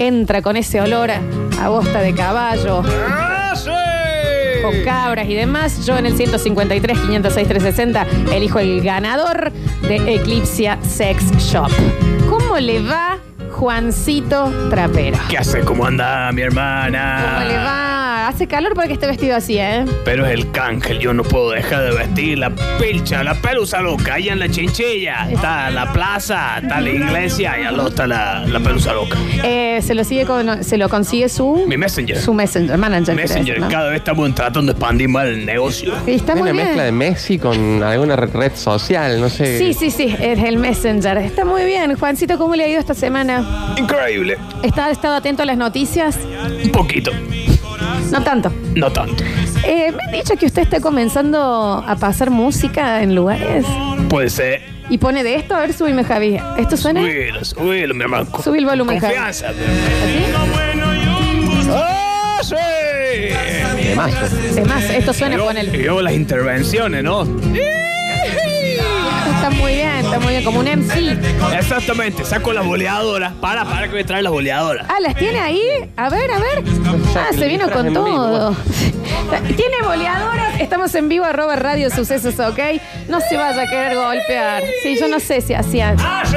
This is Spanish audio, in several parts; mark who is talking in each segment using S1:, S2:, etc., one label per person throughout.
S1: entra con ese olor a a bosta de caballo,
S2: ¡Ah, sí!
S1: con cabras y demás, yo en el 153, 506, 360 elijo el ganador de Eclipsia Sex Shop. ¿Cómo le va Juancito Trapero?
S2: ¿Qué hace? ¿Cómo anda
S1: ¿Cómo
S2: mi
S1: le
S2: hermana?
S1: va? Hace calor porque esté vestido así, ¿eh?
S2: Pero es el cángel, yo no puedo dejar de vestir la pilcha, la pelusa loca, allá en la chinchilla, está la plaza, está la iglesia y al otro está la, la pelusa loca.
S1: Eh, se lo sigue con- se lo consigue su
S2: Mi messenger.
S1: su messenger manager. quiero
S2: Messenger,
S1: decir, ¿no?
S2: cada vez estamos tratando de expandir más el negocio.
S1: Y está
S3: Es
S1: muy
S3: una
S1: bien.
S3: mezcla de Messi con alguna re- red social, no sé.
S1: Sí, sí, sí, es el messenger. Está muy bien. Juancito, ¿cómo le ha ido esta semana?
S2: Increíble.
S1: ¿Está, ha estado atento a las noticias?
S2: Un poquito,
S1: No tanto.
S2: no tanto.
S1: Eh, me han dicho que usted está comenzando a pasar música en lugares.
S2: Puede ser.
S1: Y pone de esto, a ver, subime, Javi. ¿Esto suena?
S2: Subilo, subilo, mi hermano.
S1: Subí el volumen, Javi.
S2: Confianza.
S1: ¿Así?
S2: ¡Ah, sí!
S3: De mayo.
S1: Es más, esto suena,
S2: Yo-
S1: ponele.
S2: yo las intervenciones, ¿no?
S1: Esto está muy bien, está muy bien, como un MC.
S2: Exactamente, saco las boleadoras. Para, para que me traen las boleadoras.
S1: Ah, ¿las tiene ahí? A ver, a ver. Ah, se vino con todo. Tiene boleadoras. Estamos en vivo, arroba Radio Sucesos, ¿ok? No se vaya a querer golpear. Sí, yo no sé si hacía...
S2: ¡Ah, sí!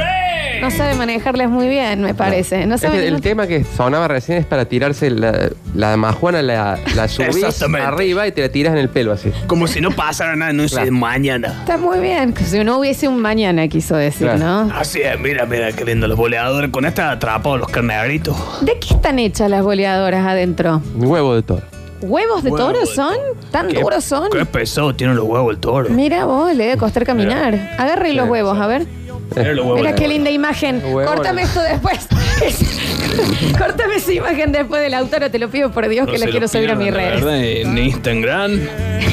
S1: No sabe manejarlas muy bien, me parece. No
S3: Es que
S1: sabe...
S3: Este, el tema que sonaba recién es para tirarse la, la majuana, la, la subís
S2: Exactamente.
S3: arriba y te la tiras en el pelo así.
S2: Como si no pasara nada, no sé,
S3: Claro.
S2: mañana.
S1: Está muy bien, que si no hubiese un mañana, quiso decir,
S3: Claro.
S1: ¿no?
S2: Así es, mira, mira, qué lindo los boleadores. Con esta atrapado los carneritos.
S1: ¿De qué están hechas las boleadoras adentro?
S3: Huevo de toro.
S1: ¿Huevos de
S2: Huevos
S1: toro
S2: de
S1: son? ¿Tan
S2: ¿Qué-
S1: duros son?
S2: Qué pesado tienen los huevos el toro.
S1: Mira vos, le debe costar caminar. Agarre los
S3: Sí,
S1: huevos,
S3: sí.
S1: a ver.
S2: Mira los huevos.
S1: Mira qué linda imagen.
S3: Huevos.
S1: Córtame esto después. Córtame esa imagen después del autor, te lo pido por Dios
S2: No
S1: que
S2: se
S1: la
S2: lo
S1: quiero subir a Ah.
S2: pierdan,
S1: mis
S2: la
S1: redes.
S2: verdad, En Instagram,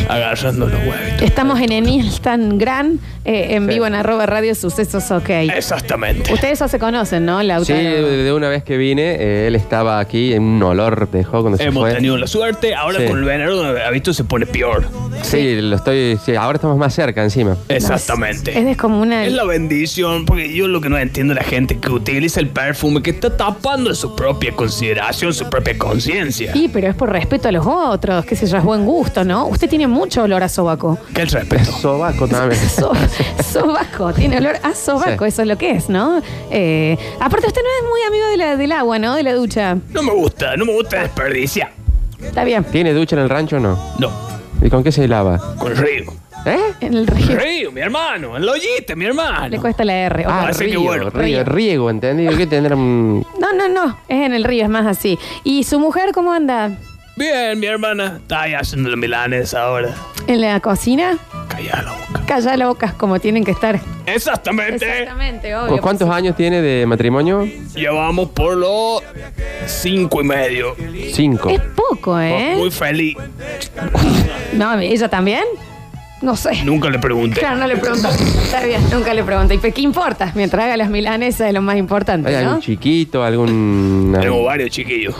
S2: agarrando los huevitos.
S1: Estamos en Enil tan gran, eh, en
S3: Sí.
S1: vivo en arroba radio sucesos, ok.
S2: Eh. Exactamente.
S1: Ustedes ya se conocen, ¿no,
S3: Sí,
S1: Lautaro?
S3: de de una vez que vine, eh, él estaba aquí en un olor dejó cuando se
S2: Hemos
S3: fue.
S2: tenido la suerte, ahora
S3: Sí.
S2: con el venero ha visto se pone peor.
S3: Sí, lo estoy. sí, ahora estamos más cerca encima.
S2: Exactamente.
S1: Es descomunal.
S2: Es la bendición, porque yo lo que no entiendo es la gente que utiliza el perfume, que está tapando su propia consideración, su propia conciencia.
S1: Sí, pero es por respeto a los otros, qué sé yo, es buen gusto, ¿no? Usted tiene mucho olor a sobaco.
S2: Que el respeto.
S3: Sobaco también.
S1: So- sobaco, tiene olor a sobaco,
S3: Sí.
S1: eso es lo que es, ¿no? Eh, aparte, usted no es muy amigo de la- del agua, ¿no? De la ducha.
S2: No me gusta, no me gusta desperdiciar.
S1: Está bien.
S3: ¿Tiene ducha en el rancho o no?
S2: No,
S3: ¿Y con qué se lava?
S2: con río.
S3: ¿Eh?
S1: En el río
S2: Río, mi hermano, el hoyito, mi
S1: le
S2: hermano.
S1: cuesta la R. ok.
S3: Ah,
S2: Así que
S3: río,
S2: bueno,
S3: río, riego, ¿entendido? ¿Qué tendrá un
S1: No, no, no, es en el río, es más así. ¿Y su mujer cómo anda?
S2: Bien, mi hermana, está ahí haciendo los milanes ahora.
S1: ¿En la cocina?
S2: Calla la boca.
S1: Calla la boca, como tienen que estar.
S2: Exactamente.
S1: Exactamente,
S3: ¿Cu-
S1: obvio. pues
S3: ¿Cuántos años tiene de matrimonio?
S2: Llevamos por los cinco y medio.
S3: Cinco.
S1: Es poco, ¿eh?
S2: Muy feliz.
S1: No, ¿ella también? No sé.
S2: Nunca le pregunté.
S1: Claro, no le pregunto. Está bien, nunca le pregunto. ¿Y pe- qué importa? Mientras haga las milanesas es lo más
S3: ¿Hay
S1: importante, ¿no?
S3: algún chiquito, algún...
S2: Tenemos varios chiquillos.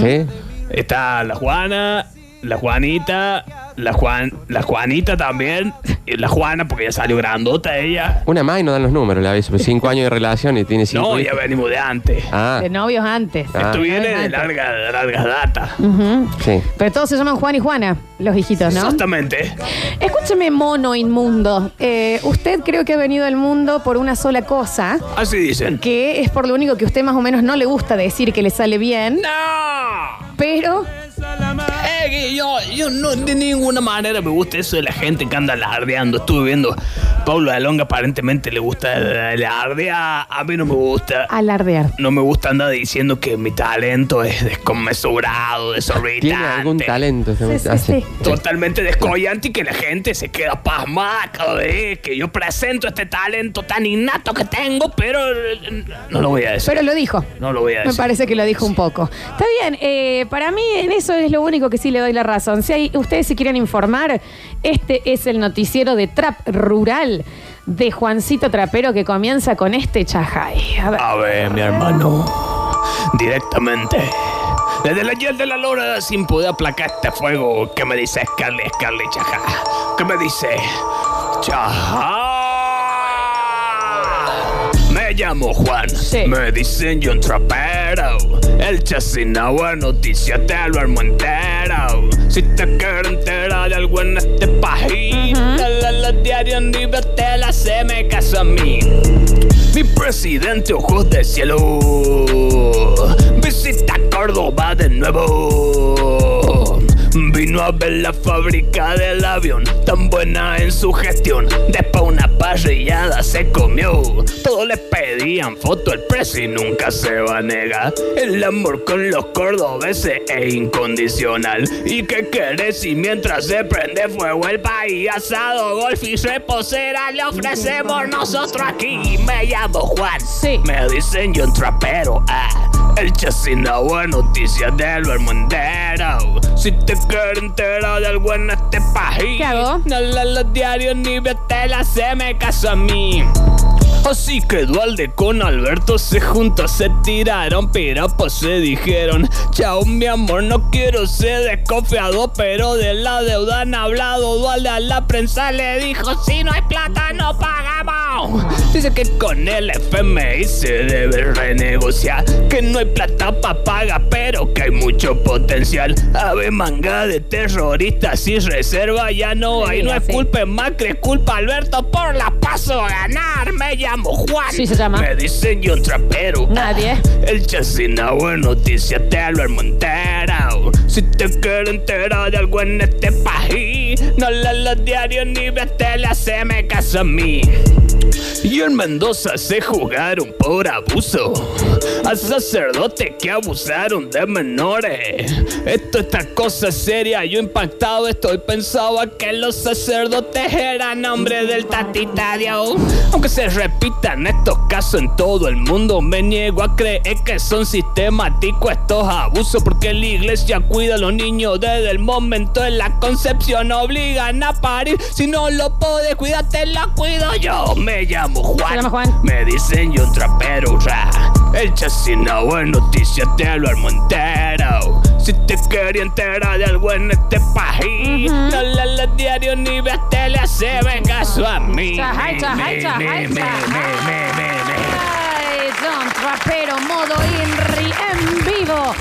S3: ¿Sí?
S2: Está la Juana, la Juanita, la Juan, la Juanita también, y la Juana porque ya salió grandota ella.
S3: Una más y no dan los números, le aviso. pues, Cinco años de relación y tiene cinco
S2: No, ya
S3: hijos.
S2: venimos de antes.
S3: Ah,
S1: De novios antes.
S3: Ah.
S2: Esto viene de
S1: antes.
S2: larga, de larga data.
S1: Ujú.
S3: sí.
S1: Pero todos se llaman Juan y Juana, los hijitos, ¿no?
S2: Exactamente.
S1: Escúcheme, mono inmundo. Eh, usted creo que ha venido al mundo por una sola cosa,
S2: Así dicen.
S1: que es por lo único que a usted más o menos no le gusta decir que le sale bien,
S2: ¡No!
S1: pero
S2: Es que yo, yo no de ninguna manera me gusta eso de la gente que anda alardeando. Estuve viendo Pablo Alonga aparentemente le gusta el alardea. A mí no me gusta.
S1: alardear.
S2: No me gusta andar diciendo que mi talento es desconmesurado, desorbitante.
S3: Tiene algún talento. se me-
S1: Sí, sí,
S3: ah, sí.
S1: sí.
S2: Totalmente descollante y que la gente se queda pasmada cada vez que yo presento este talento tan innato que tengo, pero eh, no lo voy a decir.
S1: Pero lo dijo.
S2: no lo voy a
S1: Me
S2: decir.
S1: parece que lo dijo un poco. Está bien, eh, para mí en eso es lo único que sí le doy la razón. Si hay, ustedes se quieren informar, este es el noticiero de Trap Rural de Juancito Trapero que comienza con este chajay. A ver.
S2: A ver, mi hermano, directamente. Desde la ayer de la lora, sin poder aplacar este fuego, que me dice Scarlett, Scarlett, chaja. ¿Qué me dice? Chaja. Me llamo Juan,
S1: Sí.
S2: me dicen John Trapero. El Chasinagua noticia te lo armo entero. Si te quiero enterar de algo en este país, la, la diario en libre te la se me caso a mí. Mi presidente ojos de cielo visita Córdoba de nuevo. Vino a ver la fábrica del avión, tan buena en su gestión. Después una parrillada se comió. Todos le pedían foto, el presi nunca se va a negar. El amor con los cordobeses es incondicional. ¿Y qué querés si mientras se prende fuego el país? Asado, golf y reposera le ofrecemos nosotros aquí. Me llamo Juan.
S1: Sí.
S2: Me dicen John Trapero, ah. El Chasinagua, noticias del Bermondero. Si te quieres enterar de algo en este país,
S1: ¿Qué hago?
S2: no lees los diarios ni ves tela, se me caso a mí. Así que Dualde con Alberto se juntó, se tiraron piropos, se dijeron Chao mi amor, no quiero ser desconfiado, pero de la deuda han hablado Dualde a la prensa le dijo, si no hay plata no pagamos Dice que con el FMI se debe renegociar Que no hay plata pa' pagar, pero que hay mucho potencial Ave manga de terroristas y reserva ya no hay, no es
S1: Sí.
S2: culpa Pepe Macri, culpa Alberto por la paso a ganar. Me llamo Juan.
S1: Sí, se llama.
S2: Me dicen yo trapero.
S1: Nadie.
S2: El Chasinagua noticia te lo armo entero. Si te quiero enterar de algo en este país, no lees los diarios ni ves tele, haceme caso a mí. Y en Mendoza se jugaron por abuso a sacerdotes que abusaron de menores. Esto esta cosa seria, yo impactado estoy. Pensaba que los sacerdotes eran hombres del tatitadio. Aunque se repitan estos casos en todo el mundo, me niego a creer que son sistemáticos estos abusos. Porque la iglesia cuida a los niños desde el momento de la concepción, obligan a parir. Si no lo puedes cuidar, te lo cuido yo. Me llamo Juan.
S1: Se llama Juan.
S2: Me dicen yo un trapero, ra. El chasino es noticia, te lo armo entero. Si te quería enterar de algo en este país, no lees los diarios ni ves tele, se ven caso a mí.
S1: Chajay,
S2: Me,
S1: chajay,
S2: me,
S1: chajay,
S2: me, me, me, me, me, me.
S1: Ay, John Trapero, modo Inri en vivo.